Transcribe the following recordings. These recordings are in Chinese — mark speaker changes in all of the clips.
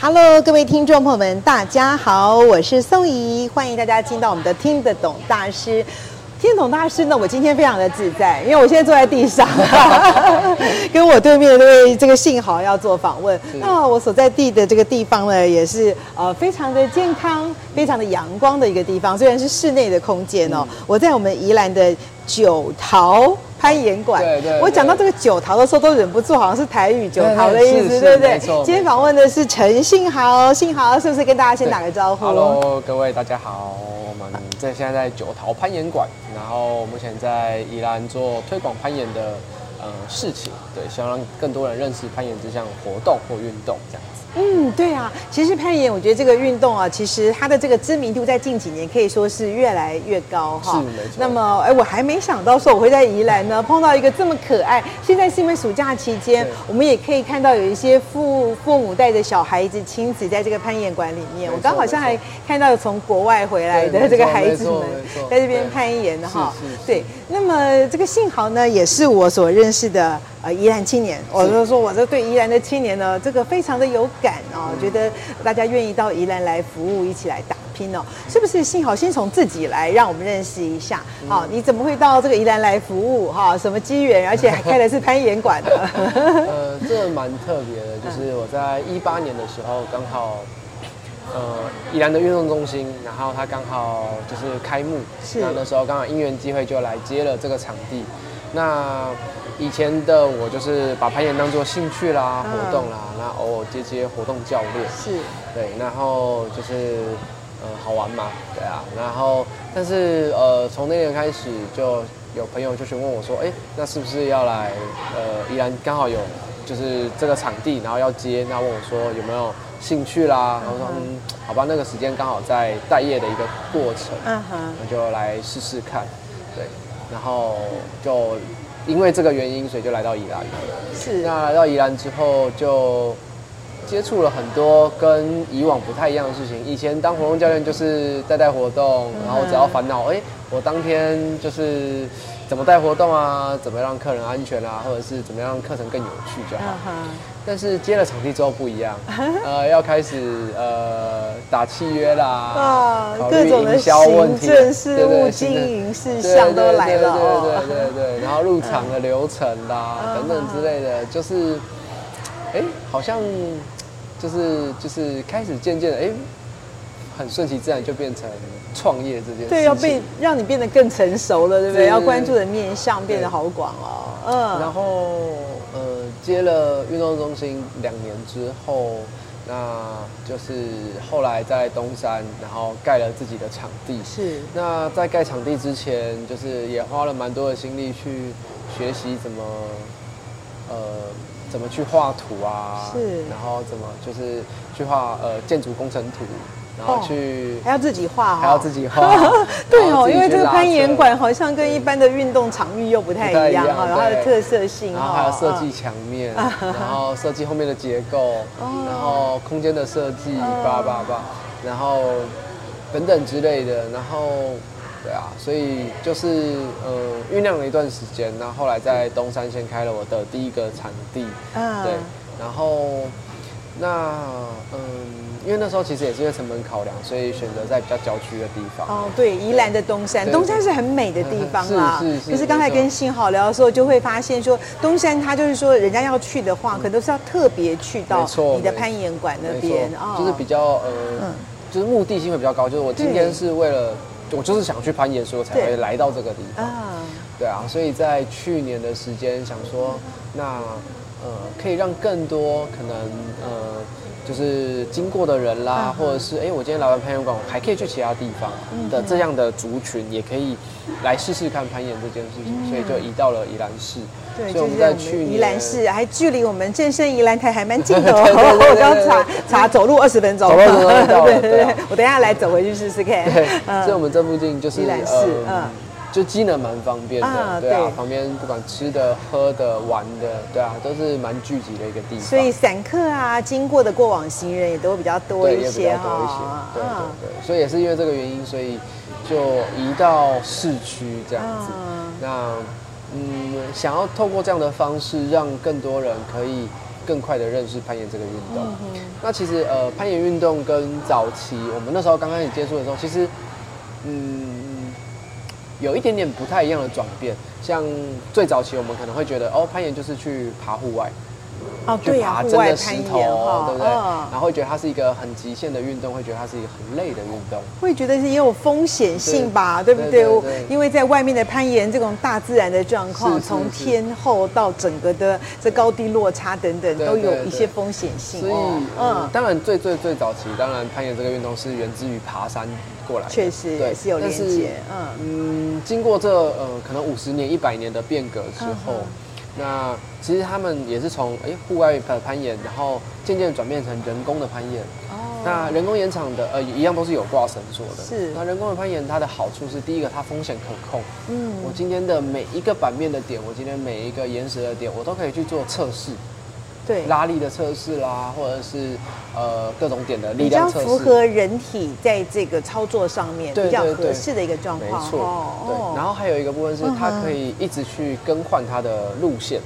Speaker 1: Hello，各位听众朋友们，大家好，我是宋怡，欢迎大家听到我们的听得懂大师。听得懂大师呢，我今天非常的自在，因为我现在坐在地上，跟我对面的这位这个幸好要做访问。那我所在地的这个地方呢，也是呃非常的健康、非常的阳光的一个地方，虽然是室内的空间哦。我在我们宜兰的九桃。攀岩馆，
Speaker 2: 对对对
Speaker 1: 我讲到这个九桃的时候，都忍不住好像是台语九桃的
Speaker 2: 对对
Speaker 1: 意
Speaker 2: 是
Speaker 1: 思，
Speaker 2: 是
Speaker 1: 对不对
Speaker 2: 没？错
Speaker 1: 今天访问的是陈信豪，信豪是不是跟大家先打个招呼
Speaker 2: Hello，各位大家好，我们在现在在九桃攀岩馆，然后目前在宜兰做推广攀岩的呃事情，对，希望让更多人认识攀岩这项活动或运动这样子。
Speaker 1: 嗯，对啊，其实攀岩，我觉得这个运动啊，其实它的这个知名度在近几年可以说是越来越高哈。
Speaker 2: 是没错
Speaker 1: 那么，哎，我还没想到说我会在宜兰呢碰到一个这么可爱。现在是因为暑假期间
Speaker 2: 对，
Speaker 1: 我们也可以看到有一些父父母带着小孩子、亲子在这个攀岩馆里面。
Speaker 2: 没错
Speaker 1: 我刚好像
Speaker 2: 没
Speaker 1: 还
Speaker 2: 错
Speaker 1: 看到有从国外回来
Speaker 2: 对
Speaker 1: 的
Speaker 2: 没
Speaker 1: 这个
Speaker 2: 错
Speaker 1: 孩
Speaker 2: 没
Speaker 1: 子
Speaker 2: 错
Speaker 1: 们
Speaker 2: 没错
Speaker 1: 在这边
Speaker 2: 对
Speaker 1: 攀岩哈
Speaker 2: 是是是。
Speaker 1: 对，那么这个幸好呢，也是我所认识的呃宜兰青年，我就说我这对宜兰的青年呢，这个非常的有感哦，
Speaker 2: 嗯
Speaker 1: 觉得大家愿意到宜兰来服务，一起来打拼哦，是不是？幸好先从自己来，让我们认识一下。好、
Speaker 2: 嗯
Speaker 1: 你怎么会到这个宜兰来服务？哈、什么机缘？而且还开的是攀岩 馆的。
Speaker 2: 呃，这蛮特别的，就是我在一八年的时候刚好。呃，宜兰的运动中心，然后它刚好就是开幕，
Speaker 1: 是
Speaker 2: 那那时候刚好因缘机会就来接了这个场地。那以前的我就是把攀岩当做兴趣啦、
Speaker 1: 嗯
Speaker 2: 活动啦，那偶尔接接活动教练，
Speaker 1: 是，
Speaker 2: 对，然后就是呃好玩嘛，对啊，然后但是呃从那年开始就有朋友就询问我说，哎，那是不是要来呃宜兰刚好有就是这个场地，然后要接，那问我说有没有兴趣啦，然后说嗯好吧，那个时间刚好在待业的一个过程，
Speaker 1: 嗯哼，
Speaker 2: 那就来试试看，对，然后就因为这个原因，所以就来到宜兰。
Speaker 1: 是
Speaker 2: 那来到宜兰之后，就接触了很多跟以往不太一样的事情。以前当活动教练就是带带活动，然后只要烦恼，哎、我当天就是怎么带活动啊，怎么让客人安全啊，或者是怎么样让课程更有趣就好。
Speaker 1: 嗯哼，
Speaker 2: 但是接了场地之后不一样，呃，要开始呃打契约啦，
Speaker 1: 啊
Speaker 2: 考虑
Speaker 1: 各种的
Speaker 2: 营销问题
Speaker 1: 行政事
Speaker 2: 对对
Speaker 1: 务
Speaker 2: 行政
Speaker 1: 经营事
Speaker 2: 对
Speaker 1: 项都
Speaker 2: 对
Speaker 1: 来了哦
Speaker 2: 对对对对对，然后入场的流程啦等等之类的，就是，哎，好像就是就是开始渐渐的，哎，很顺其自然就变成创业这件事情，
Speaker 1: 对，要被让你变得更成熟了，对不对？
Speaker 2: 对
Speaker 1: 要关注的面向变得
Speaker 2: 对
Speaker 1: 好广哦。嗯，
Speaker 2: 然后呃接了运动中心两年之后，那就是后来在东山，然后盖了自己的场地。
Speaker 1: 是
Speaker 2: 那在盖场地之前，就是也花了蛮多的心力去学习怎么呃怎么去画图啊，
Speaker 1: 是
Speaker 2: 然后怎么就是去画呃建筑工程图，然后
Speaker 1: 哦
Speaker 2: 去、
Speaker 1: 还要自己画、哦，，
Speaker 2: 还要自己画
Speaker 1: 对哦，因为
Speaker 2: 然后自己去
Speaker 1: 这个
Speaker 2: 拉
Speaker 1: 攀岩
Speaker 2: 车
Speaker 1: 馆好像跟一般的运动场域又不太一样哦哈，
Speaker 2: 不太一样
Speaker 1: 有它的
Speaker 2: 对
Speaker 1: 特色性哦嗯
Speaker 2: 然后还有设计墙面，然后设计后面的结构，然后空间的设计，叭叭叭，然后等等之类的，然后对啊，所以就是呃酝酿了一段时间，然后后来在东山先开了我的第一个场地，
Speaker 1: 嗯
Speaker 2: 对，然后那嗯，因为那时候其实也是因为成本考量，所以选择在比较郊区的地方，
Speaker 1: 哦，对，宜兰的东山，
Speaker 2: 对
Speaker 1: 东山是很美的地方啦。
Speaker 2: 是是是
Speaker 1: 可是刚才
Speaker 2: 没错
Speaker 1: 跟信豪聊的时候，就会发现说，东山它就是说，人家要去的话，可能都是要特别去到
Speaker 2: 没错
Speaker 1: 你的
Speaker 2: 没
Speaker 1: 攀岩馆那
Speaker 2: 没错
Speaker 1: 边啊，
Speaker 2: 就是比较呃，就是目的性会比较高。就是我今
Speaker 1: 对
Speaker 2: 天是为了，我就是想去攀岩，所以我才
Speaker 1: 对
Speaker 2: 会来到这个地方。
Speaker 1: 啊，
Speaker 2: 对啊，所以在去年的时间，想说那呃，可以让更多可能呃，就是经过的
Speaker 1: 嗯
Speaker 2: 人啦，或者是哎、我今天来完攀岩馆，我还可以去其他地方的这样的族群，也可以来试试看攀岩这件事情，所以就移到了宜兰市。
Speaker 1: 嗯对，
Speaker 2: 所以
Speaker 1: 就
Speaker 2: 我
Speaker 1: 是
Speaker 2: 们
Speaker 1: 在
Speaker 2: 在
Speaker 1: 我
Speaker 2: 去
Speaker 1: 们
Speaker 2: 年
Speaker 1: 宜兰市，还距离我们正盛宜兰台还蛮近的哦。
Speaker 2: 对对对对
Speaker 1: 我刚
Speaker 2: 对对
Speaker 1: 查查走路二十分钟，
Speaker 2: 走路20分钟就到了
Speaker 1: 对对
Speaker 2: 对
Speaker 1: 对
Speaker 2: 啊，
Speaker 1: 我等一下来走回去试试看。
Speaker 2: 对，
Speaker 1: 嗯
Speaker 2: 所以我们这附近就是
Speaker 1: 宜
Speaker 2: 呃
Speaker 1: 兰市嗯
Speaker 2: 就机能蛮方便
Speaker 1: 啊
Speaker 2: 的，对啊
Speaker 1: 对，
Speaker 2: 旁边不管吃的、喝的、玩的，对啊，都是蛮聚集的一个地方。
Speaker 1: 所以散客啊，经过的过往行人也都比较多
Speaker 2: 对，
Speaker 1: 一
Speaker 2: 也比
Speaker 1: 些
Speaker 2: 较
Speaker 1: 哈、
Speaker 2: 多一些。对对
Speaker 1: 嗯
Speaker 2: 对，所以也是因为这个原因，所以就移到市区这样子。
Speaker 1: 嗯
Speaker 2: 那嗯，想要透过这样的方式，让更多人可以更快的认识攀岩这个运动。
Speaker 1: 嗯
Speaker 2: 那其实呃，攀岩运动跟早期我们那时候刚开始接触的时候，其实嗯。有一点点不太一样的转变，像最早期我们可能会觉得哦，攀岩就是去爬户外，
Speaker 1: 哦，
Speaker 2: 去
Speaker 1: 对呀、
Speaker 2: 爬
Speaker 1: 户
Speaker 2: 真
Speaker 1: 外
Speaker 2: 的
Speaker 1: 攀
Speaker 2: 石
Speaker 1: 岩
Speaker 2: 头，啊对不对？
Speaker 1: 嗯
Speaker 2: 然后会觉得它是一个很极限的运动，会觉得它是一个很累的运动。
Speaker 1: 会觉得是也有风险性吧，对
Speaker 2: 对
Speaker 1: 不对？
Speaker 2: 对对
Speaker 1: 我
Speaker 2: 对
Speaker 1: 因为在外面的攀岩这种大自然的状况，
Speaker 2: 是是
Speaker 1: 从
Speaker 2: 是
Speaker 1: 天候到整个的这高低落差等等，
Speaker 2: 对
Speaker 1: 都有
Speaker 2: 对
Speaker 1: 一
Speaker 2: 对
Speaker 1: 些风险性。
Speaker 2: 所以，
Speaker 1: 哦
Speaker 2: 嗯，当然最最最早期，当然攀岩这个运动是源自于爬山过来的，
Speaker 1: 确实
Speaker 2: 对
Speaker 1: 也是有
Speaker 2: 但
Speaker 1: 连接。嗯，
Speaker 2: 嗯，经过这呃可能五十年、一百年的变革之后，
Speaker 1: 嗯
Speaker 2: 那其实他们也是从哎户外的攀岩，然后渐渐转变成人工的攀岩。
Speaker 1: 哦
Speaker 2: 那人工岩场的呃一样都是有挂绳索的，
Speaker 1: 是
Speaker 2: 那人工的攀岩它的好处是第一个它风险可控，嗯，我今天的每一个板面的点，我今天每一个岩石的点，我都可以去做测试，
Speaker 1: 对，
Speaker 2: 拉力的测试啦，或者是呃各种点的
Speaker 1: 比
Speaker 2: 力
Speaker 1: 较
Speaker 2: 量测试，啊
Speaker 1: 符合人体在这个操作上面
Speaker 2: 对
Speaker 1: 比较
Speaker 2: 对
Speaker 1: 合
Speaker 2: 对
Speaker 1: 适的一个状
Speaker 2: 没
Speaker 1: 况。哦
Speaker 2: 错，对。然后还有一个部分是
Speaker 1: 嗯哼
Speaker 2: 它可以一直去更换它的路线，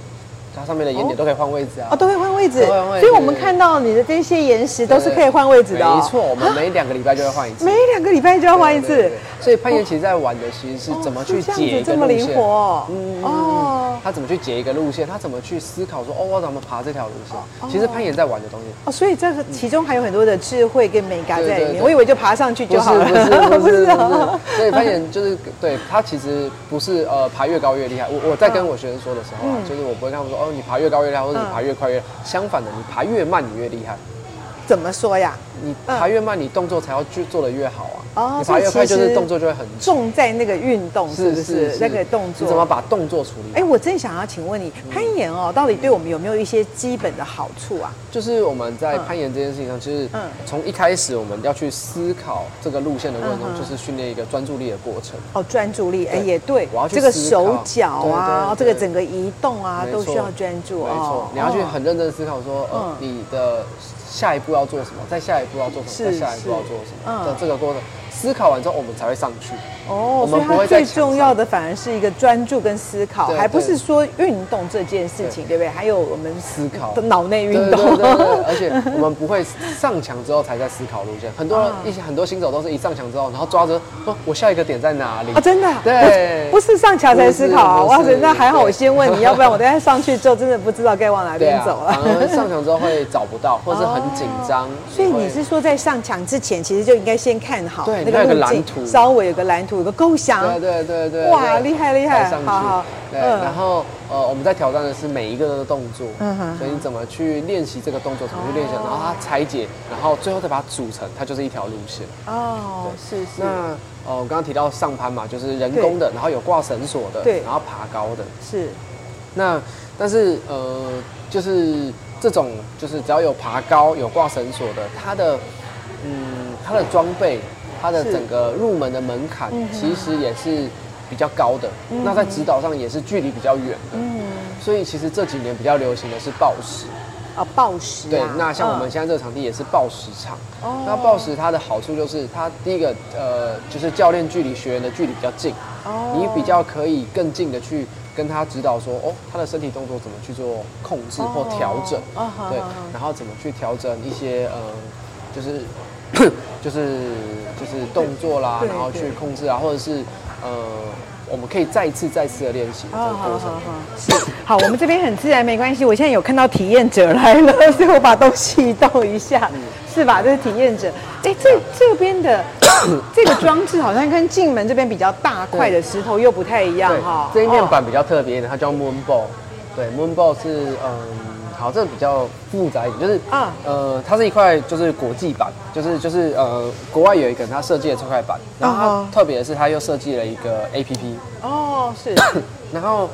Speaker 2: 它上面的岩点都可以换位置啊，
Speaker 1: 哦，都会换位置，
Speaker 2: 都会换位
Speaker 1: 所以我
Speaker 2: 置
Speaker 1: 们看到你的这些岩石
Speaker 2: 对
Speaker 1: 都是可以换位置的、哦，
Speaker 2: 没错，，我们每两个礼拜就会换一次，
Speaker 1: 每两个礼拜就要换一
Speaker 2: 对对
Speaker 1: 次
Speaker 2: 对，所以攀岩其实在玩的其实是怎么去
Speaker 1: 哦是这
Speaker 2: 解
Speaker 1: 样
Speaker 2: 一
Speaker 1: 子
Speaker 2: 个
Speaker 1: 这么
Speaker 2: 路
Speaker 1: 灵
Speaker 2: 线
Speaker 1: 活。哦，
Speaker 2: 嗯
Speaker 1: 哦，
Speaker 2: 他怎么去解一个路线？他怎么去思考说，哦，我怎么爬这条路线？其实攀岩在玩的东西，
Speaker 1: 哦，所以这个其中还有很多的智慧跟美感在里
Speaker 2: 对对
Speaker 1: 面。
Speaker 2: 对
Speaker 1: 我以为就爬上去
Speaker 2: 不
Speaker 1: 就是好了，
Speaker 2: 不是不是不
Speaker 1: 哦
Speaker 2: 是，所以攀岩就是对他其实不是呃爬越高越厉害。我我在
Speaker 1: 嗯
Speaker 2: 跟我学生说的时候啊，就是我不会跟他们说，哦，你爬越高越厉害，或者你爬越快越厉害。相反的，你爬越慢你越厉害，
Speaker 1: 怎么说呀？
Speaker 2: 你爬越慢你动作才要去做的越好
Speaker 1: 嗯哦
Speaker 2: 啊。你爬越
Speaker 1: 所以
Speaker 2: 快
Speaker 1: 其
Speaker 2: 就
Speaker 1: 实
Speaker 2: 是动作就会很重，
Speaker 1: 重在那个运动是不是那个动
Speaker 2: 你怎么
Speaker 1: 作？
Speaker 2: 把动作处理好
Speaker 1: 哎，？我正想要请问你，攀岩哦，到底对我们有没有一些基本的好处啊？
Speaker 2: 就是我们在攀岩这件事情上，就是
Speaker 1: 嗯
Speaker 2: 从一开始我们要去思考这个路线的过程
Speaker 1: 嗯
Speaker 2: 中，就是训练一个专注力的过程。
Speaker 1: 哦，专注力，哎，也对
Speaker 2: 我要，去
Speaker 1: 这个
Speaker 2: 思考
Speaker 1: 手脚啊，这
Speaker 2: 对对对
Speaker 1: 个整个移动啊，
Speaker 2: 没
Speaker 1: 都
Speaker 2: 错
Speaker 1: 需要专注
Speaker 2: 没
Speaker 1: 哦
Speaker 2: 错，。你要去
Speaker 1: 哦
Speaker 2: 很认真思考说，呃，
Speaker 1: 嗯
Speaker 2: 你的下一步要做什么，再下一步要做什么，
Speaker 1: 是
Speaker 2: 再下一步要做什
Speaker 1: 是嗯
Speaker 2: 么的这个过程，思考完之后我们才会上去。
Speaker 1: 哦，
Speaker 2: 我
Speaker 1: 所
Speaker 2: 们
Speaker 1: 以
Speaker 2: 不
Speaker 1: 它
Speaker 2: 会在
Speaker 1: 最
Speaker 2: 墙上
Speaker 1: 重要的反而是一个专注跟思考，
Speaker 2: 对
Speaker 1: 还不是
Speaker 2: 对
Speaker 1: 说运动这件事情，对不对？还有我们
Speaker 2: 思考
Speaker 1: 的脑内运
Speaker 2: 对对
Speaker 1: 动
Speaker 2: 对， 对对，而且我们不会上墙之后才在思考路线。很多
Speaker 1: 啊
Speaker 2: 人一些很多新手都是一上墙之后，然后抓着说我下一个点在哪里
Speaker 1: 啊，。真的啊，
Speaker 2: 对
Speaker 1: 不是上桥才思考啊！
Speaker 2: 不
Speaker 1: 哇
Speaker 2: 是不
Speaker 1: 塞
Speaker 2: 是，
Speaker 1: 那还好，我
Speaker 2: 对
Speaker 1: 先问你，要不然我等下上去之后真的不知道该往哪
Speaker 2: 对
Speaker 1: 边
Speaker 2: 啊，
Speaker 1: 走
Speaker 2: 反
Speaker 1: 了。
Speaker 2: 而上墙之后会找不到，或是很紧张。
Speaker 1: 所以你
Speaker 2: 会
Speaker 1: 是说，在上墙之前，其实就应该先看好
Speaker 2: 对
Speaker 1: 那
Speaker 2: 你要有
Speaker 1: 个
Speaker 2: 个
Speaker 1: 路
Speaker 2: 蓝
Speaker 1: 径，
Speaker 2: 图
Speaker 1: 稍微有个蓝图，有个构想。
Speaker 2: 对对对对，
Speaker 1: 哇
Speaker 2: 对
Speaker 1: 厉害厉害
Speaker 2: 带上去
Speaker 1: 好好
Speaker 2: 对，
Speaker 1: 嗯
Speaker 2: 然后呃，我们在挑战的是每一个的动作，
Speaker 1: 嗯哼哦
Speaker 2: 所以你怎么去练习这个动作，怎么去练习，然后它拆解，然后最后再把它组成，它就是一条路线。
Speaker 1: 哦，是是
Speaker 2: 那呃，我刚刚提到上攀嘛，就是人工的，然后有挂绳索的，
Speaker 1: 对
Speaker 2: 然后爬高的。
Speaker 1: 是，
Speaker 2: 那但是呃，就是这种就是只要有爬高、有挂绳索的，它的嗯，它的装备、它的
Speaker 1: 是
Speaker 2: 整个入门的门槛，其实也是比较高的。那在指导上也是距离比较远的。所以其实这几年比较流行的是暴食，
Speaker 1: 啊，暴食啊。
Speaker 2: 对。那像我们
Speaker 1: 嗯哦
Speaker 2: 现在这个场地也是暴食场。那暴食它的好处就是它第一个呃，就是教练距离学员的距离比较近，
Speaker 1: 哦
Speaker 2: 你比较可以更近的去跟他指导说，哦，他的身体动作怎么去做控制或调整，
Speaker 1: 哦好
Speaker 2: 对
Speaker 1: 好好，
Speaker 2: 然后怎么去调整一些呃，就是 就是就是动作啦，
Speaker 1: 对对
Speaker 2: 然后去控制啊，或者是呃，我们可以再一次再次的练习这个
Speaker 1: 哦，好
Speaker 2: 过程
Speaker 1: 好。好，是嗯好，我们这边很自然，没关系。我现在有看到体验者来了， 所以我把东西移动一下，
Speaker 2: 嗯
Speaker 1: 是吧？这是体验者。哎，
Speaker 2: 啊
Speaker 1: 这这边 的这个装置好像跟进门这边比较大块的石头又不太一样
Speaker 2: 对
Speaker 1: 哈。，
Speaker 2: 这一面
Speaker 1: 哦
Speaker 2: 板比较特别一点，它叫 Moon Ball。对，Moon Ball 是嗯，好，这个比较复杂一点，就是
Speaker 1: 啊
Speaker 2: 啊，呃，它是一块就是国际版，就是就是呃，国外有一个人他设计了这块版，然后
Speaker 1: 啊哈
Speaker 2: 它特别的是他又设计了一个 A P P，
Speaker 1: 哦，是
Speaker 2: 然后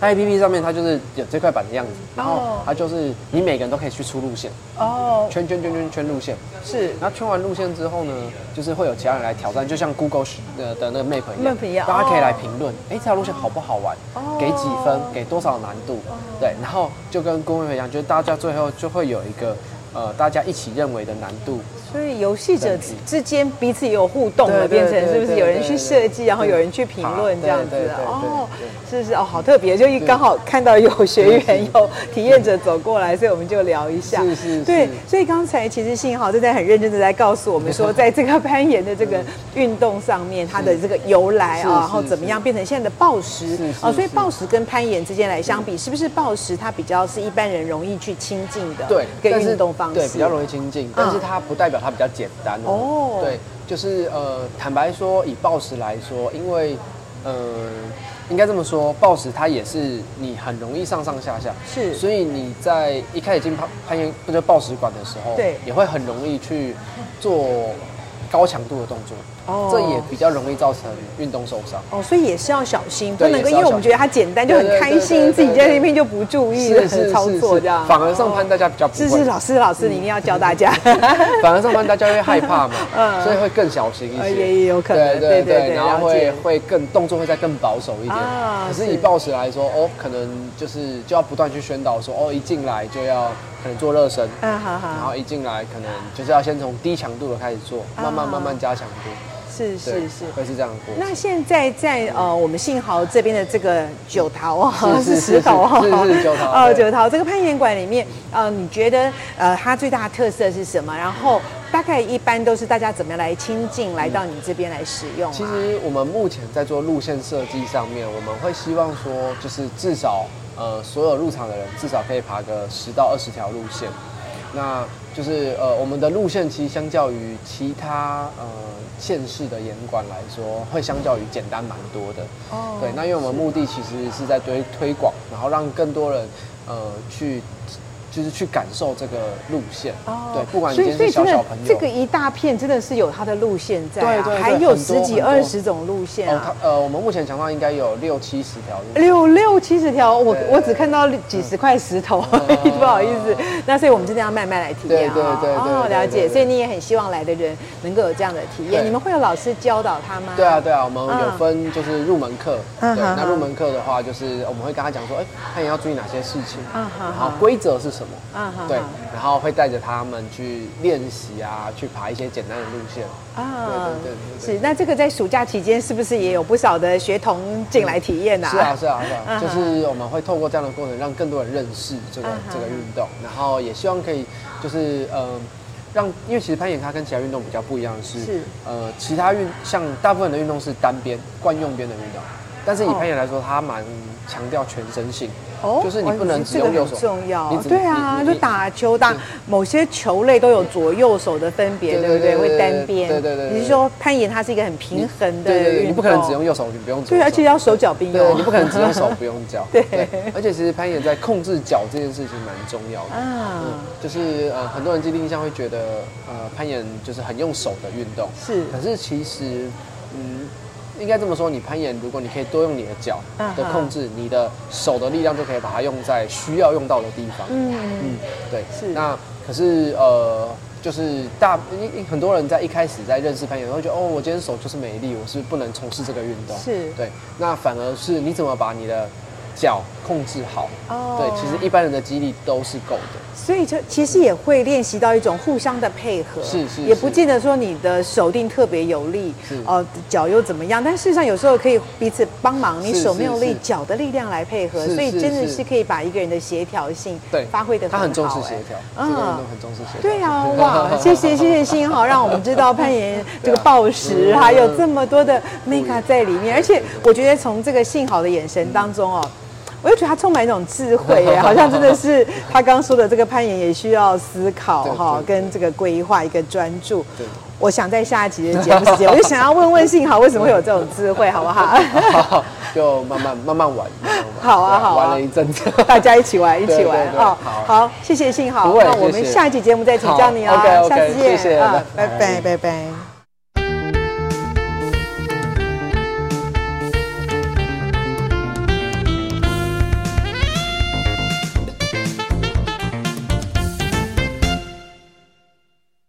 Speaker 2: A P P 上面它就是有这块版的样子，然
Speaker 1: 哦
Speaker 2: 后它就是你每个人都可以去出路线，
Speaker 1: 哦，
Speaker 2: 圈圈圈圈圈路线，
Speaker 1: 是
Speaker 2: 然后圈完路线之后呢，就是会有其他人来挑战，就像 Google 的的那个 Map 一样
Speaker 1: Map 一样
Speaker 2: 大家可以
Speaker 1: 哦
Speaker 2: 来评论，哎、这条路线好不好玩？
Speaker 1: 哦
Speaker 2: 给几分？给多少难度？对，然后就跟 Google Map 一样，就是大家最后就会有一个呃，大家一起认为的难度。
Speaker 1: 所以游戏者
Speaker 2: 等级
Speaker 1: 之间彼此也有互动了，
Speaker 2: 对对
Speaker 1: 变成
Speaker 2: 对
Speaker 1: 是不是
Speaker 2: 对
Speaker 1: 有人
Speaker 2: 对
Speaker 1: 去
Speaker 2: 对
Speaker 1: 设计，
Speaker 2: 对
Speaker 1: 然后有人去评论这样子
Speaker 2: 对对对？对
Speaker 1: 哦
Speaker 2: 对，
Speaker 1: 是是哦，好特别，就一刚好看到有学 员有体验者走过来，所以我们就聊一下。
Speaker 2: 是是是
Speaker 1: 对，所以刚才其实幸好正在很认真的在告诉我们 说，在这个攀岩的这个运动上面，它的这个由来
Speaker 2: 嗯是
Speaker 1: 啊，然后
Speaker 2: 是
Speaker 1: 怎么样变成现在的暴食
Speaker 2: 是是
Speaker 1: 啊，所以
Speaker 2: 是
Speaker 1: 暴食跟攀岩之间来相比，是不是暴食它比较是一般人容易去亲近的
Speaker 2: 对，
Speaker 1: 一个
Speaker 2: 但是
Speaker 1: 运动方式？嗯
Speaker 2: 对比较容易亲近，但是它不代表它比较简单哦
Speaker 1: 哦。
Speaker 2: 对，就是呃，坦白说，以暴食来说，因为呃，应该这么说，暴食它也是你很容易上上下下，
Speaker 1: 是
Speaker 2: 所以你在一开始进攀攀岩或者暴食馆的时候，
Speaker 1: 对
Speaker 2: 也会很容易去做高强度的动作，
Speaker 1: 哦
Speaker 2: 这也比较容易造成运动受 伤。
Speaker 1: 哦，所以也是要小心，不
Speaker 2: 对
Speaker 1: 能够，
Speaker 2: 也
Speaker 1: 因
Speaker 2: 是
Speaker 1: 为
Speaker 2: 要
Speaker 1: 我们
Speaker 2: 小心
Speaker 1: 觉得它简单就很开心，
Speaker 2: 对对对对
Speaker 1: 自己在那边就不注意
Speaker 2: 是是
Speaker 1: 操
Speaker 2: 是
Speaker 1: 作
Speaker 2: 是
Speaker 1: 这样。哦
Speaker 2: 反而上攀大家比较不
Speaker 1: 是
Speaker 2: 会。
Speaker 1: 是，老师老
Speaker 2: 嗯
Speaker 1: 师，你一定要教大 家。
Speaker 2: 反而上班大家会害怕嘛，
Speaker 1: 嗯
Speaker 2: 所以会更小心一
Speaker 1: 呃
Speaker 2: 些，
Speaker 1: 也也有可能
Speaker 2: 对
Speaker 1: 对
Speaker 2: 对
Speaker 1: 对对
Speaker 2: 然后
Speaker 1: 了解
Speaker 2: 会会更动作会再更保守一点。
Speaker 1: 啊
Speaker 2: 可
Speaker 1: 是
Speaker 2: 是以暴食来说，哦，可能就是就要不断去宣导说，哦，一进来就要可能做热身，
Speaker 1: 啊哈哈
Speaker 2: 然后一进来可能就是要先从低强度的开始做，慢
Speaker 1: 啊
Speaker 2: 慢慢慢加强度，
Speaker 1: 是
Speaker 2: 对
Speaker 1: 是是。
Speaker 2: 会是这样的过程。
Speaker 1: 那现在在呃，我们信豪这边的这个九桃啊，
Speaker 2: 是是
Speaker 1: 是
Speaker 2: 是
Speaker 1: 石头啊，
Speaker 2: 是是九桃
Speaker 1: 呃，
Speaker 2: 对
Speaker 1: 九桃这个攀岩馆里面，呃，你觉得呃，它最大的特色是什么？然后大概一般都是大家怎么样来亲近，来到你这边来使用啊？
Speaker 2: 其实我们目前在做路线设计上面，我们会希望说，就是至少呃所有入场的人至少可以爬个十到二十条路线。那就是呃我们的路线其实相较于其他呃县市的严管来说，会相较于简单蛮多的。
Speaker 1: 哦
Speaker 2: 对，那因为我们目的其实是在推推广，然后让更多人呃去就是去感受这个路线。对，不管你
Speaker 1: 所
Speaker 2: 今
Speaker 1: 以
Speaker 2: 天
Speaker 1: 哦所以真
Speaker 2: 是小
Speaker 1: 的
Speaker 2: 小朋友，
Speaker 1: 这个一大片真的是有它的路线在啊，
Speaker 2: 对对对
Speaker 1: 还有
Speaker 2: 很多
Speaker 1: 十几
Speaker 2: 很多
Speaker 1: 二十种路线
Speaker 2: 哦
Speaker 1: 啊。
Speaker 2: 它呃我们目前墙上应该有六七十条路线。
Speaker 1: 六六七十条，我
Speaker 2: 对嗯哦
Speaker 1: 我只看到几十块石头， 不好意思。那所以我们真的要慢慢来体验啊。
Speaker 2: 对对对对
Speaker 1: 哦，
Speaker 2: 对对
Speaker 1: 了解。
Speaker 2: 对
Speaker 1: 所以你也很希望来的人能够有这样的体验。
Speaker 2: 对
Speaker 1: 你们会有老师教导他吗？
Speaker 2: 对啊，对啊，我们有
Speaker 1: 嗯
Speaker 2: 分就是入门课，
Speaker 1: 嗯
Speaker 2: 对，
Speaker 1: 哼
Speaker 2: 那
Speaker 1: 哼
Speaker 2: 入门课的话，就是我们会跟他讲说，哎，他也要注意哪些事情，
Speaker 1: 嗯哼
Speaker 2: 然后
Speaker 1: 哼
Speaker 2: 规则是什么，
Speaker 1: 嗯哼
Speaker 2: 对
Speaker 1: 哼，
Speaker 2: 然后会带着他们去练习啊，去爬一些简单的路线，
Speaker 1: 啊
Speaker 2: 对对对对对
Speaker 1: 是。那这个在暑假期间是不是也有不少的学童进来体验
Speaker 2: 是啊，是啊，是啊，
Speaker 1: 嗯哼
Speaker 2: 就是我们会透过这样的过程，让更多人认识这个
Speaker 1: 嗯哼
Speaker 2: 这个运动，然后也希望可以就是嗯、呃让因为其实攀岩它跟其他运动比较不一样的是，
Speaker 1: 是
Speaker 2: 呃，其他运像大部分的运动是单边惯用边的运动，但是以
Speaker 1: 哦
Speaker 2: 攀岩来说，它蛮强调全身性，
Speaker 1: 哦哎
Speaker 2: 就是你不能只用右手，
Speaker 1: 这个很重要
Speaker 2: 你。只
Speaker 1: 对啊，
Speaker 2: 你
Speaker 1: 就
Speaker 2: 你
Speaker 1: 打球打
Speaker 2: 是
Speaker 1: 某些球类都有左右手的分别，
Speaker 2: 对
Speaker 1: 对不对？
Speaker 2: 对对
Speaker 1: 会
Speaker 2: 对
Speaker 1: 单边。
Speaker 2: 对对对对
Speaker 1: 你是说攀岩它是一个很平衡的
Speaker 2: 对对对，
Speaker 1: 运
Speaker 2: 你不可能
Speaker 1: 动
Speaker 2: 只用右手，你不用左
Speaker 1: 对，
Speaker 2: 手，
Speaker 1: 而且要手脚并
Speaker 2: 对，
Speaker 1: 用。
Speaker 2: 你不可能 只用手不用脚。
Speaker 1: 对
Speaker 2: 而且其实攀岩在控制脚这件事情蛮重要的。
Speaker 1: 啊
Speaker 2: 嗯，就是呃，很多人既定印象会觉得，呃，攀岩就是很用手的运动。
Speaker 1: 是
Speaker 2: 可是其实，嗯，应该这么说，你攀岩，如果你可以多用你的脚
Speaker 1: 啊
Speaker 2: 的
Speaker 1: 哈
Speaker 2: 控制，你的手的力量就可以把它用在需要用到的地方。
Speaker 1: 嗯，
Speaker 2: 嗯，对，
Speaker 1: 是
Speaker 2: 那可是呃，就是大因因很多人在一开始在认识攀岩的时候，会觉得哦，我今天手就是没力，我是不是不能从事这个运动。
Speaker 1: 是
Speaker 2: 对，那反而是你怎么把你的脚控制好？
Speaker 1: 哦
Speaker 2: 对，其实一般人的肌力都是够的。
Speaker 1: 所以就其实也会练习到一种互相的配合，
Speaker 2: 是是
Speaker 1: 也不
Speaker 2: 是
Speaker 1: 见得说你的手定特别有力
Speaker 2: 是，
Speaker 1: 哦，脚又怎么样？但事实上有时候可以彼此帮忙，你
Speaker 2: 是
Speaker 1: 手
Speaker 2: 是
Speaker 1: 没有力
Speaker 2: 是，
Speaker 1: 脚的力量来配合，
Speaker 2: 是
Speaker 1: 所以
Speaker 2: 是
Speaker 1: 真的
Speaker 2: 是
Speaker 1: 是可以把一个人的协调性
Speaker 2: 对，
Speaker 1: 发挥的
Speaker 2: 他很重视
Speaker 1: 好
Speaker 2: 协
Speaker 1: 哎
Speaker 2: 调，
Speaker 1: 嗯
Speaker 2: 这个运动很重视协调。
Speaker 1: 对 啊，哇！谢谢谢谢新豪，让我们知道攀岩这个暴食
Speaker 2: 啊
Speaker 1: 还有这么多的 mega 在里面，而且我觉得从这个幸好的眼神当中哦。我就觉得他充满一种智慧耶，好像真的 是他刚说的这个攀岩也需要思考
Speaker 2: 对
Speaker 1: 哈，
Speaker 2: 对
Speaker 1: 跟这个规划一个专注
Speaker 2: 对。
Speaker 1: 我想在下一集的节目时间，我就想要问问幸好为什么会有这种智慧，好不好？
Speaker 2: 就慢慢慢慢玩，慢慢玩
Speaker 1: 好啊
Speaker 2: 对
Speaker 1: 好啊
Speaker 2: 玩了一阵子。
Speaker 1: 大家一起玩，一起玩
Speaker 2: 对对对
Speaker 1: 哦。
Speaker 2: 好
Speaker 1: 好，谢谢幸好，
Speaker 2: 不会
Speaker 1: 那我
Speaker 2: 谢
Speaker 1: 们
Speaker 2: 谢
Speaker 1: 下一期节目再请教你哦
Speaker 2: 好，，OK，OK，
Speaker 1: 下次见
Speaker 2: 谢谢
Speaker 1: 啊，
Speaker 2: 拜
Speaker 1: 拜
Speaker 2: 拜
Speaker 1: 拜。拜拜